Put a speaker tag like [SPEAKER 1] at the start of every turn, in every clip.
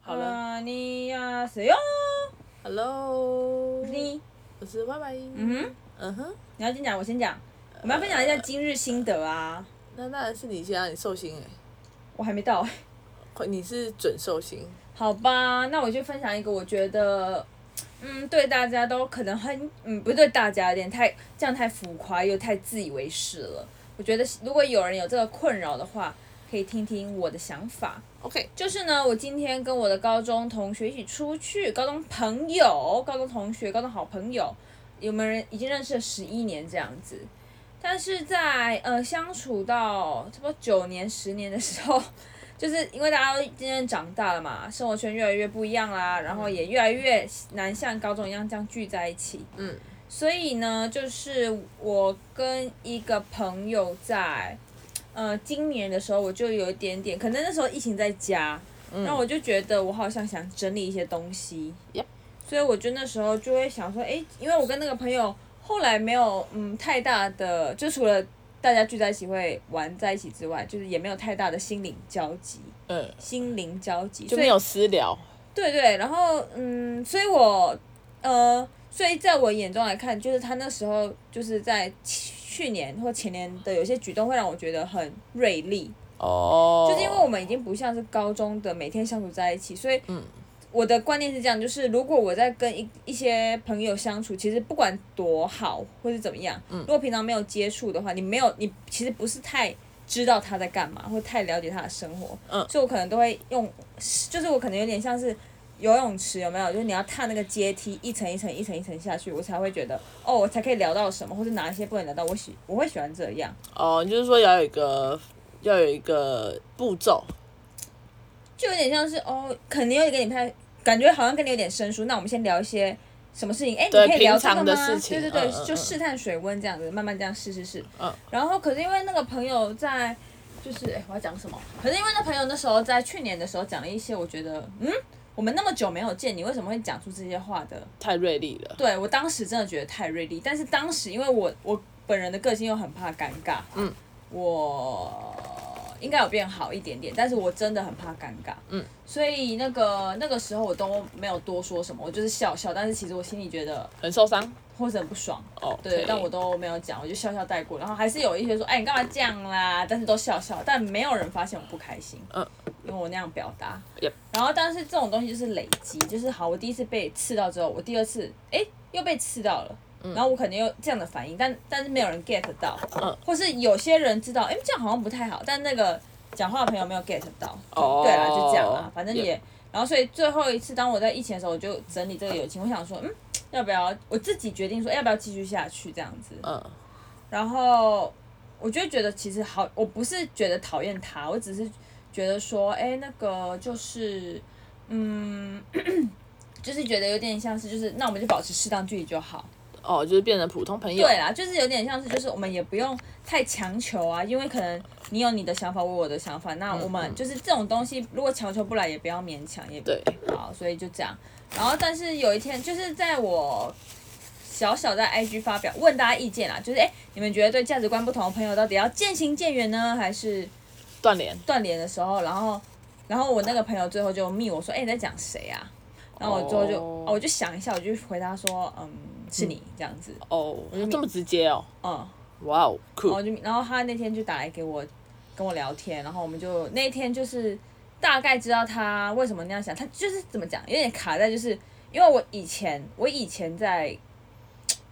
[SPEAKER 1] 好了
[SPEAKER 2] 啊，你呀，谁哟？
[SPEAKER 1] ，Hello，
[SPEAKER 2] 你，
[SPEAKER 1] 我是拜拜。
[SPEAKER 2] 嗯哼，
[SPEAKER 1] 嗯哼，呃
[SPEAKER 2] 你要先讲，我先讲。我们要分享一下今日心得啊，
[SPEAKER 1] 那当然是你先啊，你寿星哎、
[SPEAKER 2] 我还没到。欸
[SPEAKER 1] 快你是准寿星，
[SPEAKER 2] 好吧，那我就分享一个我觉得，嗯，对大家都可能很，嗯，不对大家有点太这样太浮夸又太自以为是了。我觉得如果有人有这个困扰的话，可以听听我的想法。
[SPEAKER 1] OK，
[SPEAKER 2] 就是呢，我今天跟我的高中同学一起出去，高中朋友、高中同学、高中好朋友，有没有人已经认识了十一年这样子？但是在呃相处到差不多九年、十年的时候， 就是因为大家都渐渐长大了嘛，生活圈越来越不一样啦，然后也越来越难像高中一样这样聚在一起。
[SPEAKER 1] 嗯，
[SPEAKER 2] 所以呢，就是我跟一个朋友在，呃，今年的时候我就有一点点，可能那时候疫情在家，
[SPEAKER 1] 嗯
[SPEAKER 2] 那我就觉得我好像想整理一些东西
[SPEAKER 1] Yep
[SPEAKER 2] 所以我就那时候就会想说，诶，因为我跟那个朋友后来没有嗯太大的，就除了大家聚在一起会玩在一起之外，就是也没有太大的心灵交集，
[SPEAKER 1] 嗯，
[SPEAKER 2] 心灵交集，
[SPEAKER 1] 就
[SPEAKER 2] 所以
[SPEAKER 1] 没有私聊，
[SPEAKER 2] 对对，然后嗯，所以我呃，所以在我眼中来看，就是他那时候就是在去去年或前年的有些举动会让我觉得很锐利，
[SPEAKER 1] 哦，
[SPEAKER 2] 就是因为我们已经不像是高中的每天相处在一起，所以
[SPEAKER 1] 嗯
[SPEAKER 2] 我的观念是这样，就是如果我在跟一一些朋友相处，其实不管多好或是怎么样，
[SPEAKER 1] 嗯
[SPEAKER 2] 如果平常没有接触的话，你没有你其实不是太知道他在干嘛，或太了解他的生活，
[SPEAKER 1] 嗯
[SPEAKER 2] 所以我可能都会用，就是我可能有点像是。游泳池有没有？就是你要踏那个阶梯，一层一层、一层一层下去，我才会觉得哦，我才可以聊到什么，或者哪一些不能聊到。我喜我会喜欢这样，
[SPEAKER 1] 哦，你就是说要有一个要有一个步骤，
[SPEAKER 2] 就有点像是哦，肯定有跟你拍，感觉好像跟你有点生疏。那我们先聊一些什么事情？哎，你
[SPEAKER 1] 对
[SPEAKER 2] 可以聊这
[SPEAKER 1] 平
[SPEAKER 2] 个
[SPEAKER 1] 常
[SPEAKER 2] 吗？
[SPEAKER 1] 的事情
[SPEAKER 2] 对对对，
[SPEAKER 1] 嗯嗯嗯
[SPEAKER 2] 就试探水温这样子，慢慢这样试试试。
[SPEAKER 1] 嗯
[SPEAKER 2] 然后可是因为那个朋友在，就是哎，我要讲什么？可是因为那朋友那时候在去年的时候讲了一些，我觉得嗯，我们那么久没有见，你为什么会讲出这些话的？
[SPEAKER 1] 太锐利了，
[SPEAKER 2] 对我当时真的觉得太锐利，但是当时因为我我本人的个性又很怕尴尬，
[SPEAKER 1] 嗯，
[SPEAKER 2] 我应该有变好一点点，但是我真的很怕尴尬，
[SPEAKER 1] 嗯，
[SPEAKER 2] 所以那个那个时候我都没有多说什么，我就是笑笑，但是其实我心里觉得
[SPEAKER 1] 很受伤，
[SPEAKER 2] 或者很不爽，
[SPEAKER 1] 哦，
[SPEAKER 2] 对，但我都没有讲，我就笑笑带过，然后还是有一些说，哎，你干嘛这样啦？但是都笑笑，但没有人发现我不开心，
[SPEAKER 1] 嗯，
[SPEAKER 2] 因为我那样表达
[SPEAKER 1] Yep
[SPEAKER 2] 然后但是这种东西就是累积，就是好，我第一次被刺到之后，我第二次，哎，又被刺到了。然后我可能又这样的反应，但但是没有人 get 到，
[SPEAKER 1] 嗯
[SPEAKER 2] 或是有些人知道，哎，这样好像不太好，但那个讲话的朋友没有 get 到，
[SPEAKER 1] 哦
[SPEAKER 2] 对啦，就这样啦，反正
[SPEAKER 1] Yep
[SPEAKER 2] 也，然后所以最后一次，当我在疫情的时候，我就整理这个友情，我想说，嗯，要不要我自己决定说要不要继续下去这样子，
[SPEAKER 1] 嗯
[SPEAKER 2] 然后我就觉得其实好，我不是觉得讨厌他，我只是觉得说，哎，那个就是，嗯， 就是觉得有点像是就是，那我们就保持适当距离就好。
[SPEAKER 1] 哦，就是变成普通朋友，
[SPEAKER 2] 对啦，就是有点像是，就是我们也不用太强求啊，因为可能你有你的想法，我有我的想法，那我们就是这种东西，如果强求不来，也不要勉强，也
[SPEAKER 1] 对，
[SPEAKER 2] 好，所以就这样。然后，但是有一天，就是在我小小在 IG 发表问大家意见啦，就是哎、诶你们觉得对价值观不同的朋友，到底要渐行渐远呢，还是
[SPEAKER 1] 断联，
[SPEAKER 2] 断联的时候？然后，然后我那个朋友最后就密我说，哎、你在讲谁啊？然后我最后就、
[SPEAKER 1] 哦
[SPEAKER 2] 哦我就想一下，我就回答说，嗯，是你这样子，
[SPEAKER 1] 哦，这么直接哦，
[SPEAKER 2] 嗯。
[SPEAKER 1] 哇哦，
[SPEAKER 2] 然后
[SPEAKER 1] 酷，
[SPEAKER 2] 就然后他那天就打来给我，跟我聊天，然后我们就那一天就是大概知道他为什么那样想，他就是怎么讲，有点卡在就是因为我以前我以前在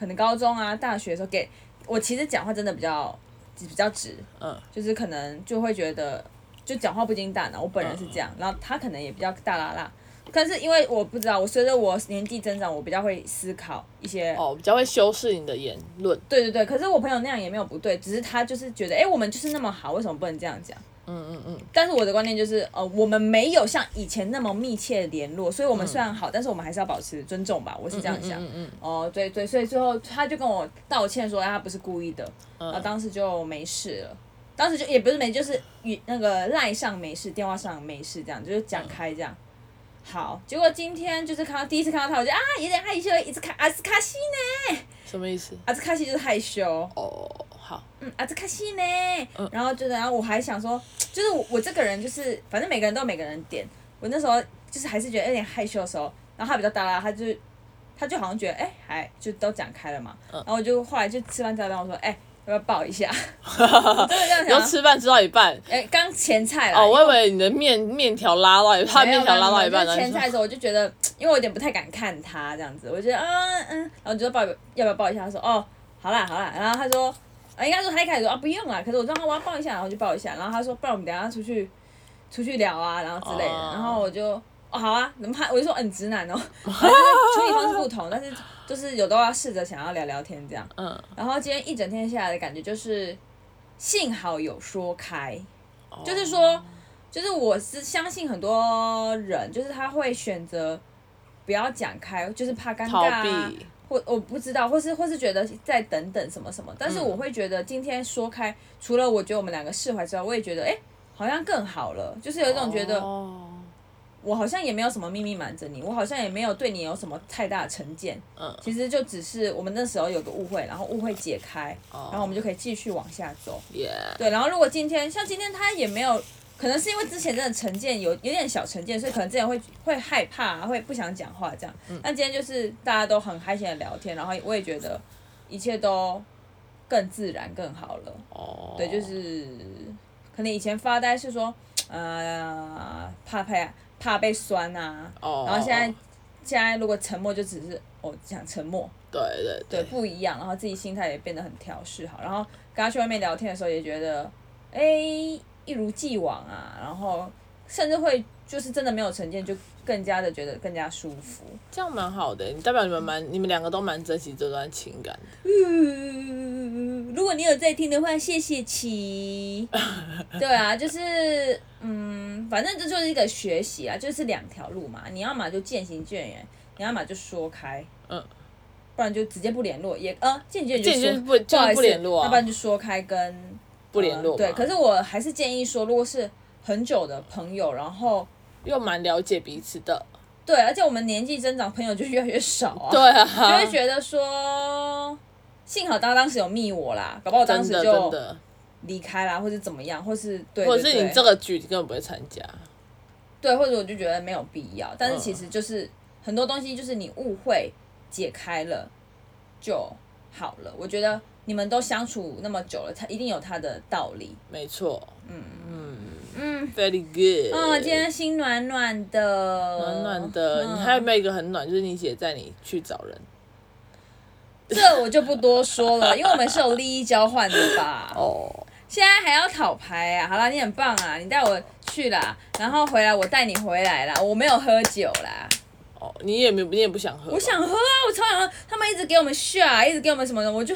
[SPEAKER 2] 可能高中啊大学的时候给我其实讲话真的比较比较直，
[SPEAKER 1] 嗯，
[SPEAKER 2] 就是可能就会觉得就讲话不经大脑，我本人是这样，然后他可能也比较大啦啦。但是因为我不知道，我随着我年纪增长，我比较会思考一些
[SPEAKER 1] 哦，比较会修饰你的言论，
[SPEAKER 2] 对对对，可是我朋友那样也没有不对，只是他就是觉得，哎、我们就是那么好，为什么不能这样讲？
[SPEAKER 1] 嗯嗯嗯，
[SPEAKER 2] 但是我的观念就是，呃，我们没有像以前那么密切的联络，所以我们虽然好，但是我们还是要保持尊重吧，我是这样想。
[SPEAKER 1] 嗯嗯
[SPEAKER 2] 哦，对对，所以最后他就跟我道歉说，哎、他不是故意的，然后
[SPEAKER 1] 嗯，
[SPEAKER 2] 当时就没事了。当时就也不是没，就是语那个赖上没事，电话上没事，这样就是
[SPEAKER 1] 嗯
[SPEAKER 2] 讲开这样。好，结果今天就是看到第一次看到他，我就啊有点害羞，一直看阿斯卡西呢，
[SPEAKER 1] 什么意思？
[SPEAKER 2] 阿斯卡西就是害羞。
[SPEAKER 1] 哦，好，
[SPEAKER 2] 嗯，啊，这开心呢。
[SPEAKER 1] 嗯
[SPEAKER 2] 然后就然后我还想说，就是我我这个人就是，反正每个人都有每个人的点。我那时候就是还是觉得有点害羞的时候，然后他比较大啦，他就他就好像觉得哎、还就都讲开了嘛，
[SPEAKER 1] 呃
[SPEAKER 2] 然后我就后来就吃完早餐，我说哎、要不要抱一下？我真的这样
[SPEAKER 1] 然
[SPEAKER 2] 想
[SPEAKER 1] 后
[SPEAKER 2] 啊，
[SPEAKER 1] 吃饭吃到一半，
[SPEAKER 2] 哎、刚前菜 啦
[SPEAKER 1] 哦，我以
[SPEAKER 2] 因
[SPEAKER 1] 为你的面面条拉到一半，
[SPEAKER 2] 没有
[SPEAKER 1] 面条拉到一半
[SPEAKER 2] 没
[SPEAKER 1] 呢。
[SPEAKER 2] 有没有就是前
[SPEAKER 1] 你说
[SPEAKER 2] 菜的时候，我就觉得，因为我有点不太敢看他这样子，我觉得嗯嗯，然后我就抱要不要抱一下？他说哦，好啦好啦，然后他说，啊，应该说他一开始说啊不用啦，可是我让他我要抱一下，然后就抱一下，然后他说不然我们等一下出去出去聊啊，然后之类的，
[SPEAKER 1] 哦
[SPEAKER 2] 然后我就。哦，好啊，能怕我就说嗯，直 男哦，反正处理方式不同，但是就是有都要试着想要聊聊天这样。
[SPEAKER 1] 嗯，
[SPEAKER 2] 然后今天一整天下来的感觉就是，幸好有说开，
[SPEAKER 1] 哦
[SPEAKER 2] 就是说，就是我是相信很多人，就是他会选择不要讲开，就是怕尴
[SPEAKER 1] 逃
[SPEAKER 2] 尬、啊，
[SPEAKER 1] 避，
[SPEAKER 2] 或我不知道，或是或是觉得再等等什么什么。但
[SPEAKER 1] 嗯
[SPEAKER 2] 是我会觉得今天说开，除了我觉得我们两个释怀之外，我也觉得哎、诶好像更好了，就是有一种觉得
[SPEAKER 1] 哦
[SPEAKER 2] 我好像也没有什么秘密瞒着你，我好像也没有对你有什么太大的成见。
[SPEAKER 1] 嗯
[SPEAKER 2] 其实就只是我们那时候有个误会，然后误会解开，
[SPEAKER 1] 哦，
[SPEAKER 2] 然后我们就可以继续往下走。
[SPEAKER 1] 耶，
[SPEAKER 2] 对，然后如果今天像今天他也没有，可能是因为之前真的成见有有点小成见，所以可能之前会会害怕、啊，会不想讲话这样。
[SPEAKER 1] 嗯
[SPEAKER 2] 但今天就是大家都很开心的聊天，然后我也觉得一切都更自然更好了。
[SPEAKER 1] 哦，
[SPEAKER 2] 对，就是可能以前发呆是说，呃，怕被怕被酸啊，
[SPEAKER 1] 哦，
[SPEAKER 2] 然后现在现在如果沉默就只是哦想沉默，
[SPEAKER 1] 对对
[SPEAKER 2] 对，不一样，然后自己心态也变得很调试好，然后跟他去外面聊天的时候也觉得，哎、一如既往啊，然后甚至会就是真的没有成见，就更加的觉得更加舒服。
[SPEAKER 1] 这样蛮好的，你代表你们蛮，你们两个都蛮珍惜这段情感的。
[SPEAKER 2] 嗯， 如果你有在听的话，谢谢 琪。对啊，就是嗯，反正这就是一个学习啊，就是两条路嘛，你要么就渐行渐远，你要么就说开，
[SPEAKER 1] 嗯，
[SPEAKER 2] 不然就直接不联络，也呃渐行
[SPEAKER 1] 这
[SPEAKER 2] 渐
[SPEAKER 1] 就
[SPEAKER 2] 远
[SPEAKER 1] 是
[SPEAKER 2] 就说
[SPEAKER 1] 不就
[SPEAKER 2] 好
[SPEAKER 1] 是
[SPEAKER 2] 意
[SPEAKER 1] 不
[SPEAKER 2] 思
[SPEAKER 1] 联络
[SPEAKER 2] 要不然
[SPEAKER 1] 啊，
[SPEAKER 2] 就说开跟呃
[SPEAKER 1] 不联络嘛。
[SPEAKER 2] 对，可是我还是建议说，如果是很久的朋友，然后
[SPEAKER 1] 又蛮了解彼此的。
[SPEAKER 2] 对，而且我们年纪增长，朋友就越来越少啊，
[SPEAKER 1] 对
[SPEAKER 2] 就
[SPEAKER 1] 啊
[SPEAKER 2] 会，觉得说，幸好他当时有密我啦，搞不好当
[SPEAKER 1] 真
[SPEAKER 2] 时
[SPEAKER 1] 的真
[SPEAKER 2] 就
[SPEAKER 1] 的，
[SPEAKER 2] 离开啦，或者怎么样，或是对，
[SPEAKER 1] 或
[SPEAKER 2] 对
[SPEAKER 1] 者是你这个局你根本不会参加。
[SPEAKER 2] 对，对或者我就觉得没有必要，但是
[SPEAKER 1] 嗯
[SPEAKER 2] 其实就是、很多东西就是你误会解开了就好了，我觉得你们都相处那么久了，他一定有他的道理，
[SPEAKER 1] 没错，
[SPEAKER 2] 嗯。
[SPEAKER 1] very good。
[SPEAKER 2] 哦，今天心暖暖的，
[SPEAKER 1] 暖暖的，
[SPEAKER 2] 嗯
[SPEAKER 1] 你还有没有一个很暖，就是你姐带你去找人。
[SPEAKER 2] 这我就不多说了，因为我们是有利益交换的吧。
[SPEAKER 1] 哦，
[SPEAKER 2] 现在还要讨牌啊！好啦，你很棒啊，你带我去啦，然后回来我带你回来啦，我没有喝酒啦。
[SPEAKER 1] 哦，你也没有，你也不想喝吧。
[SPEAKER 2] 我想喝啊，我超想喝。他们一直给我们啊下，一直给我们什么的，我就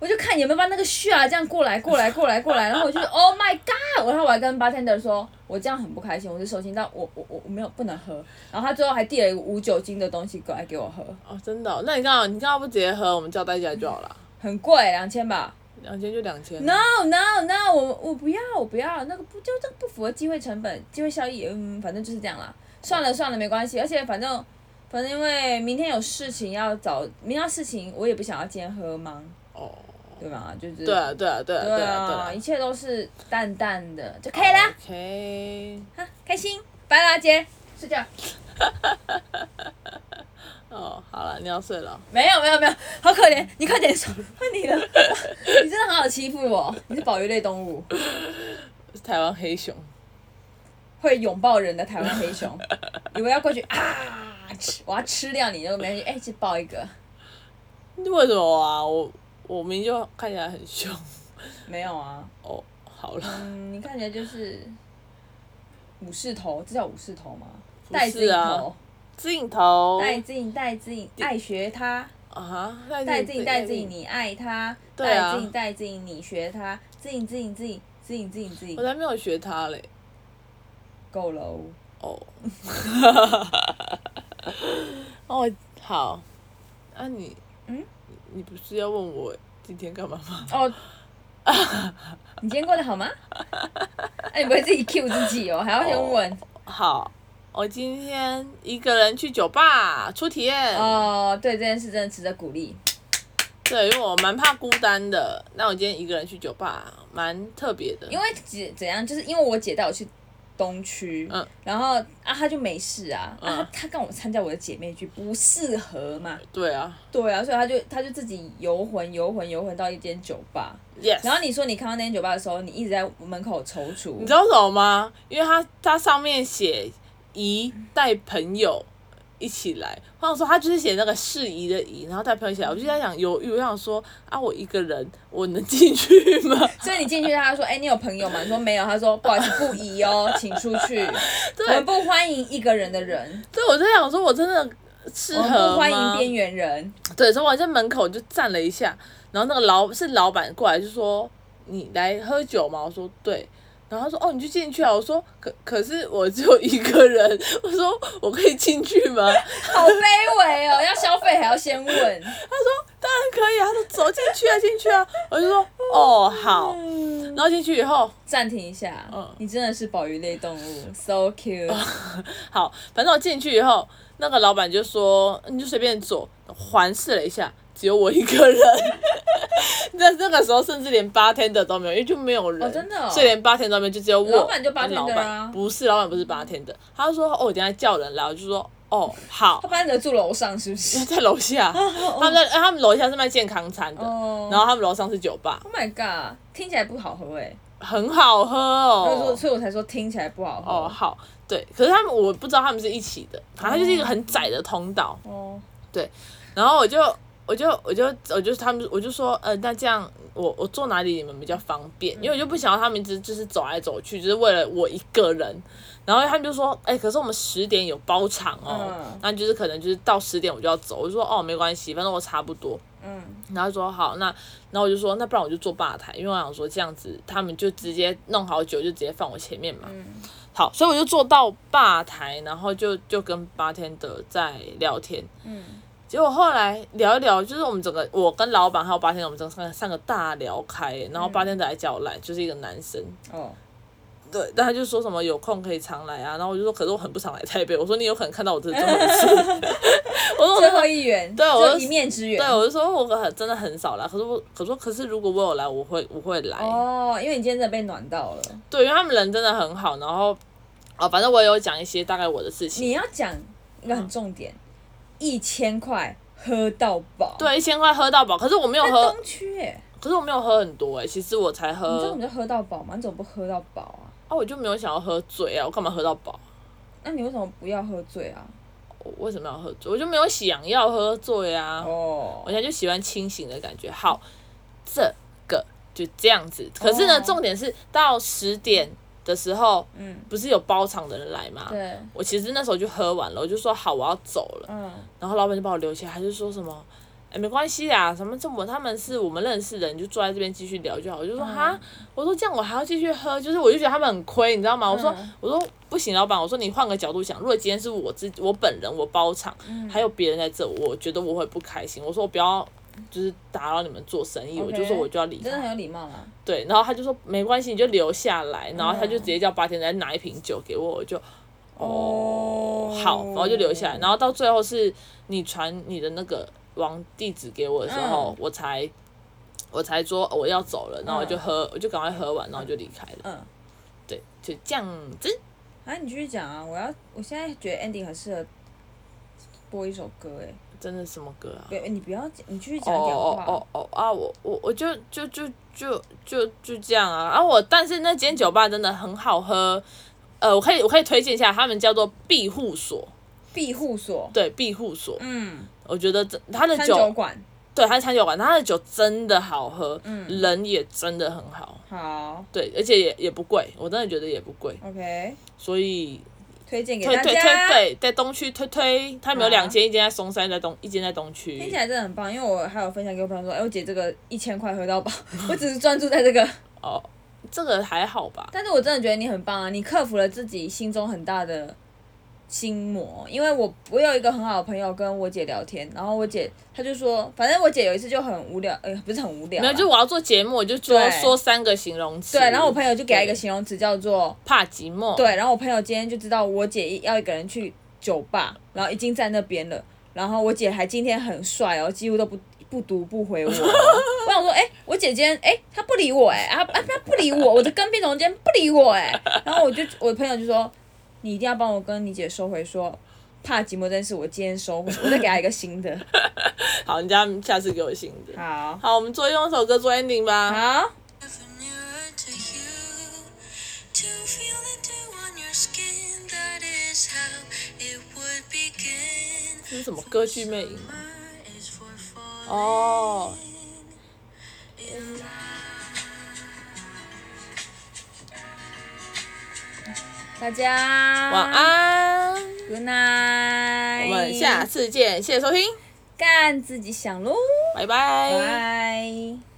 [SPEAKER 2] 我就看有没有把那个下这样过来过来过来过来，然后我就 Oh my God！然后我还跟 bartender 说，我这样很不开心，我是收心，但我我我我没有不能喝。然后他最后还递了一个无酒精的东西过来给我喝，
[SPEAKER 1] 哦，真的哦、那你刚好，你刚好不直接喝，我们叫代驾就好了，
[SPEAKER 2] 很贵，两千吧。
[SPEAKER 1] 两千就两千。
[SPEAKER 2] No no no，我我不要我不要那个不就这个不符合机会成本、机会效益，嗯，反正就是这样啦。算了算了，没关系。而且反正反正因为明天有事情要早，明天要事情我也不想要今天喝嘛，
[SPEAKER 1] 哦，
[SPEAKER 2] 对吗？就是
[SPEAKER 1] 对啊，对啊，对啊，
[SPEAKER 2] 对
[SPEAKER 1] 对啊，对啊
[SPEAKER 2] 一。切都是淡淡的就可以啦，
[SPEAKER 1] OK，
[SPEAKER 2] 哈，开心，拜啦姐，睡觉。
[SPEAKER 1] 哦，好了，你要睡了。
[SPEAKER 2] 没有没有没有，好可怜，你快点说，换你了， 你真的很好欺负我，你是保育类动物，
[SPEAKER 1] 是台湾黑熊，
[SPEAKER 2] 会拥抱人的台湾黑熊，以为要过去啊，吃我要吃掉你，结果没人去，哎、去抱一个，
[SPEAKER 1] 为什么啊？我我明明就看起来很凶。
[SPEAKER 2] 没有啊，
[SPEAKER 1] 哦，好了，
[SPEAKER 2] 嗯，你看起来就是武士头，这叫武士哦头吗？
[SPEAKER 1] 不
[SPEAKER 2] 戴
[SPEAKER 1] 是
[SPEAKER 2] 镜
[SPEAKER 1] 啊
[SPEAKER 2] 头，
[SPEAKER 1] 镜头
[SPEAKER 2] 戴镜，戴镜，爱学他，
[SPEAKER 1] 啊哈，戴
[SPEAKER 2] 戴
[SPEAKER 1] 镜
[SPEAKER 2] 镜，戴镜，。你爱他，
[SPEAKER 1] 对啊
[SPEAKER 2] 戴镜，戴镜，你学他，镜镜镜镜镜
[SPEAKER 1] 我
[SPEAKER 2] 镜，
[SPEAKER 1] 才没有学他嘞。
[SPEAKER 2] 够了哦，
[SPEAKER 1] 哦，哦，好，那、你，
[SPEAKER 2] 嗯
[SPEAKER 1] 你，你不是要问我今天干嘛吗？
[SPEAKER 2] 哦。你今天过得 好吗？哎、你不会自己 Q 自己哦，还要先问。
[SPEAKER 1] 好，我今天一个人去酒吧出体验。
[SPEAKER 2] 哦，对这件事真的值得鼓励。
[SPEAKER 1] 对，因为我蛮怕孤单的。那我今天一个人去酒吧，蛮特别的。
[SPEAKER 2] 因为姐怎样，就是因为我姐带我去东区，
[SPEAKER 1] 嗯
[SPEAKER 2] 然后啊他就没事啊，啊
[SPEAKER 1] 嗯
[SPEAKER 2] 他他跟我参加我的姐妹剧不适合嘛，
[SPEAKER 1] 对啊
[SPEAKER 2] 对啊，所以他就他就自己游魂游魂游魂到一间酒吧，
[SPEAKER 1] ，yes。
[SPEAKER 2] 然后你说你看到那间酒吧的时候，你一直在门口踌躇，
[SPEAKER 1] 你知道为什么吗？因为他他上面写宜带朋友一起来，我想说他就是写那个适宜的宜，然后带朋友一起来，我就在想犹豫，我想说啊，我一个人我能进去吗？
[SPEAKER 2] 所以你进去，他说：“哎、你有朋友吗？”你说没有，他说：“不好意思，不宜哦，请出 去。我们不欢迎一个人的人，
[SPEAKER 1] 对，我就想说我真的适
[SPEAKER 2] 我们
[SPEAKER 1] 合
[SPEAKER 2] 不欢迎
[SPEAKER 1] 吗
[SPEAKER 2] 边缘人。
[SPEAKER 1] 对，所以我在门口就站了一下，然后那个老是老板过来就说：“你来喝酒吗？”我说：“对。”然后他说：“哦，你就进去啊。”我说：“可可是我只有一个人。”我说：“我可以进去吗？”
[SPEAKER 2] 好卑微哦，要消费还要先 问。
[SPEAKER 1] 当然可以啊。他说：“走进去啊，进去啊。”我就说：“哦，好。”然后进去以后，
[SPEAKER 2] 暂停一下，
[SPEAKER 1] 嗯
[SPEAKER 2] 你真的是保育类动物，so cute。
[SPEAKER 1] 好，反正我进去以后，那个老板就说：“你就随便坐。”环视了一下，只有我一个人。 那那个时候甚至连八天的都没有，因为就没有人，
[SPEAKER 2] 哦真的哦
[SPEAKER 1] 所以连八天都没有，就只有我。
[SPEAKER 2] 老板就 bartender
[SPEAKER 1] 老
[SPEAKER 2] 啊
[SPEAKER 1] 板不是老板不是八天的，他就说：“哦，我等一下叫人来。”我就说：“哦，好
[SPEAKER 2] 他。”搬得住楼上是不是
[SPEAKER 1] 在楼下，他们在他们楼下是卖健康餐的，
[SPEAKER 2] 哦
[SPEAKER 1] 嗯然后他们楼上是酒吧，
[SPEAKER 2] ？Oh my god，听起来不好喝哎、
[SPEAKER 1] 很好喝哦。
[SPEAKER 2] 所以我所以我才说听起来不好喝。
[SPEAKER 1] 哦，好，对，可是他们我不知道他们是一起的，反正就是一个很窄的通道，
[SPEAKER 2] 哦
[SPEAKER 1] 然后我就我就我就我就他们我就说，呃，那这样我我坐哪里你们比较方便？
[SPEAKER 2] 嗯
[SPEAKER 1] 因为我就不想要他们一直就是走来走去，就是为了我一个人。然后他们就说，哎、可是我们十点有包场哦
[SPEAKER 2] 嗯，
[SPEAKER 1] 那、就是可能就是到十点我就要走。我就说，哦，没关系，反正我差不多。
[SPEAKER 2] 嗯，
[SPEAKER 1] 然后就说好，那然后我就说，那不然我就坐吧台，因为我想说这样子他们就直接弄好酒就直接放我前面嘛。
[SPEAKER 2] 嗯
[SPEAKER 1] 好，所以我就坐到吧台，然后就就跟八天的在聊天。
[SPEAKER 2] 嗯
[SPEAKER 1] 结果后来聊一聊，就是我们整个我跟老板还有八天的，我们整个三个三个大聊开，然后八天的还叫我来，就是一个男生。
[SPEAKER 2] 哦，
[SPEAKER 1] 对，但他就说什么有空可以常来啊，然后我就说，可是我很不常来台北，我说你有可能看到我这最 后一次，我说我
[SPEAKER 2] 最后一元，
[SPEAKER 1] 哦对我
[SPEAKER 2] 就
[SPEAKER 1] 就
[SPEAKER 2] 一面之缘。
[SPEAKER 1] 对，我就说我很真的很少来，可是我可说可是如果我有来，我会我会来。
[SPEAKER 2] 哦，因为你今天真的被暖到了。
[SPEAKER 1] 对，因为他们人真的很好，然后哦，反正我也有讲一些大概我的事情。
[SPEAKER 2] 你要讲一个很重点，一千块喝到饱。，
[SPEAKER 1] 对，一千块喝到饱，可是我没有
[SPEAKER 2] 在
[SPEAKER 1] 喝，
[SPEAKER 2] 东区耶，
[SPEAKER 1] 可是我没有喝很多哎、其实我才
[SPEAKER 2] 你知道
[SPEAKER 1] 喝
[SPEAKER 2] 我们就喝到饱吗？你怎么不喝到饱啊？
[SPEAKER 1] 啊，我就没有想要喝醉啊，我干嘛喝到饱？
[SPEAKER 2] 那你为什么不要喝醉啊？
[SPEAKER 1] 我为什么要喝醉？我就没有想要喝醉啊，
[SPEAKER 2] 哦
[SPEAKER 1] 我，现在就喜欢清醒的感觉。好，这个就这样子。可是呢，
[SPEAKER 2] 哦
[SPEAKER 1] 重点是到十点的时候，
[SPEAKER 2] 嗯，
[SPEAKER 1] 不是有包场的人来吗？
[SPEAKER 2] 对，
[SPEAKER 1] 我其实那时候就喝完了，我就说好，我要走了。
[SPEAKER 2] 嗯，
[SPEAKER 1] 然后老板就把我留下，他就说什么，哎，没关系啦，什么这么他们是我们认识的人，你就坐在这边继续聊就好。我就说
[SPEAKER 2] 嗯
[SPEAKER 1] 哈，我说这样我还要继续喝，就是我就觉得他们很亏，你知道吗？我说
[SPEAKER 2] 嗯
[SPEAKER 1] 我说不行，老板，我说你换个角度想，如果今天是我自我本人我包场，
[SPEAKER 2] 嗯
[SPEAKER 1] 还有别人在这，我觉得我会不开心。我说我不要。就是打扰你们做生意
[SPEAKER 2] OK
[SPEAKER 1] 我就说我就要离
[SPEAKER 2] 你真的很
[SPEAKER 1] 开。
[SPEAKER 2] 有礼貌啊啦。
[SPEAKER 1] 对，然后他就说没关系，你就留下来。然后他就
[SPEAKER 2] 嗯
[SPEAKER 1] 直接叫八天再拿一瓶酒给我，我就
[SPEAKER 2] 哦
[SPEAKER 1] 好，然后就留下来。然后到最后是你传你的那个网地址给我的时候，
[SPEAKER 2] 嗯
[SPEAKER 1] 我才我才说、哦我要走了，然后我就
[SPEAKER 2] 嗯
[SPEAKER 1] 喝，我就赶快喝完，然后就离开了。
[SPEAKER 2] 嗯，
[SPEAKER 1] 对，就这样子。
[SPEAKER 2] 啊，你继续讲啊！我要，我现在觉得 Andy 很适合播一首歌，哎，
[SPEAKER 1] 真的什么歌啊
[SPEAKER 2] 不？要，你不要，你继续
[SPEAKER 1] 哦
[SPEAKER 2] 讲讲
[SPEAKER 1] 哦
[SPEAKER 2] 话。
[SPEAKER 1] 哦哦啊！我我我就就就就就就这样啊！啊我但是那间酒吧真的很好喝，呃，我可以我可以推荐一下，他们叫做庇护所，
[SPEAKER 2] 庇护所，
[SPEAKER 1] 对庇护所，
[SPEAKER 2] 嗯，
[SPEAKER 1] 我觉得这它的
[SPEAKER 2] 餐
[SPEAKER 1] 酒
[SPEAKER 2] 酒馆，
[SPEAKER 1] 对，它是餐酒馆，它的酒真的好喝，
[SPEAKER 2] 嗯
[SPEAKER 1] 人也真的很好，
[SPEAKER 2] 好
[SPEAKER 1] 对，而且也也不贵，我真的觉得也不贵，
[SPEAKER 2] ，OK，
[SPEAKER 1] 所以
[SPEAKER 2] 推荐给
[SPEAKER 1] 推
[SPEAKER 2] 大
[SPEAKER 1] 推
[SPEAKER 2] 家。
[SPEAKER 1] 推对，在东区推推，他们有
[SPEAKER 2] 好
[SPEAKER 1] 两间，一间在松山，在东一间在东区
[SPEAKER 2] 听起，来真的很棒，因为我还有分享给我朋友说，哎、我姐这个一千块喝到饱， 我只是专注在这个，
[SPEAKER 1] 哦，这个还好吧，
[SPEAKER 2] 但是我真的觉得你很棒啊，你克服了自己心中很大的心魔，因为我我有一个很好的朋友跟我姐聊天，然后我姐她就说，反正我姐有一次就很无聊，哎、不是很无聊啊，
[SPEAKER 1] 没有，就我要做节目，我就说
[SPEAKER 2] 对
[SPEAKER 1] 说三个形容词，
[SPEAKER 2] 对，然后我朋友就给她一个
[SPEAKER 1] 对
[SPEAKER 2] 形容词叫做
[SPEAKER 1] 怕寂寞，
[SPEAKER 2] 对，然后我朋友今天就知道我姐要一个人去酒吧，然后已经在那边了，然后我姐还今天很帅哦，几乎都不。 不读不回我。我想说，哎、我姐姐，哎、她不理我、哎，啊啊，她不理我，我的跟屁虫间不理我、哎，然后我就我的朋友就说，你一定要帮我跟你姐收回说。怕寂寞这件事，我今天收回，我再给她一个新的。
[SPEAKER 1] 好，你家下次给我新的。
[SPEAKER 2] 好，
[SPEAKER 1] 好，我们做用一首歌做 ending 吧。
[SPEAKER 2] 好，
[SPEAKER 3] Ever nearer to you, to feel the dew on your skin. That is how it would begin.
[SPEAKER 1] 这是什么歌剧魅影？
[SPEAKER 3] Summer is for falling
[SPEAKER 1] 哦，
[SPEAKER 3] in love.
[SPEAKER 2] 大家
[SPEAKER 1] 晚安，
[SPEAKER 2] ，Good night。
[SPEAKER 1] 我们下次见，谢谢收听，
[SPEAKER 2] 干自己想喽，
[SPEAKER 1] 拜拜
[SPEAKER 2] 拜。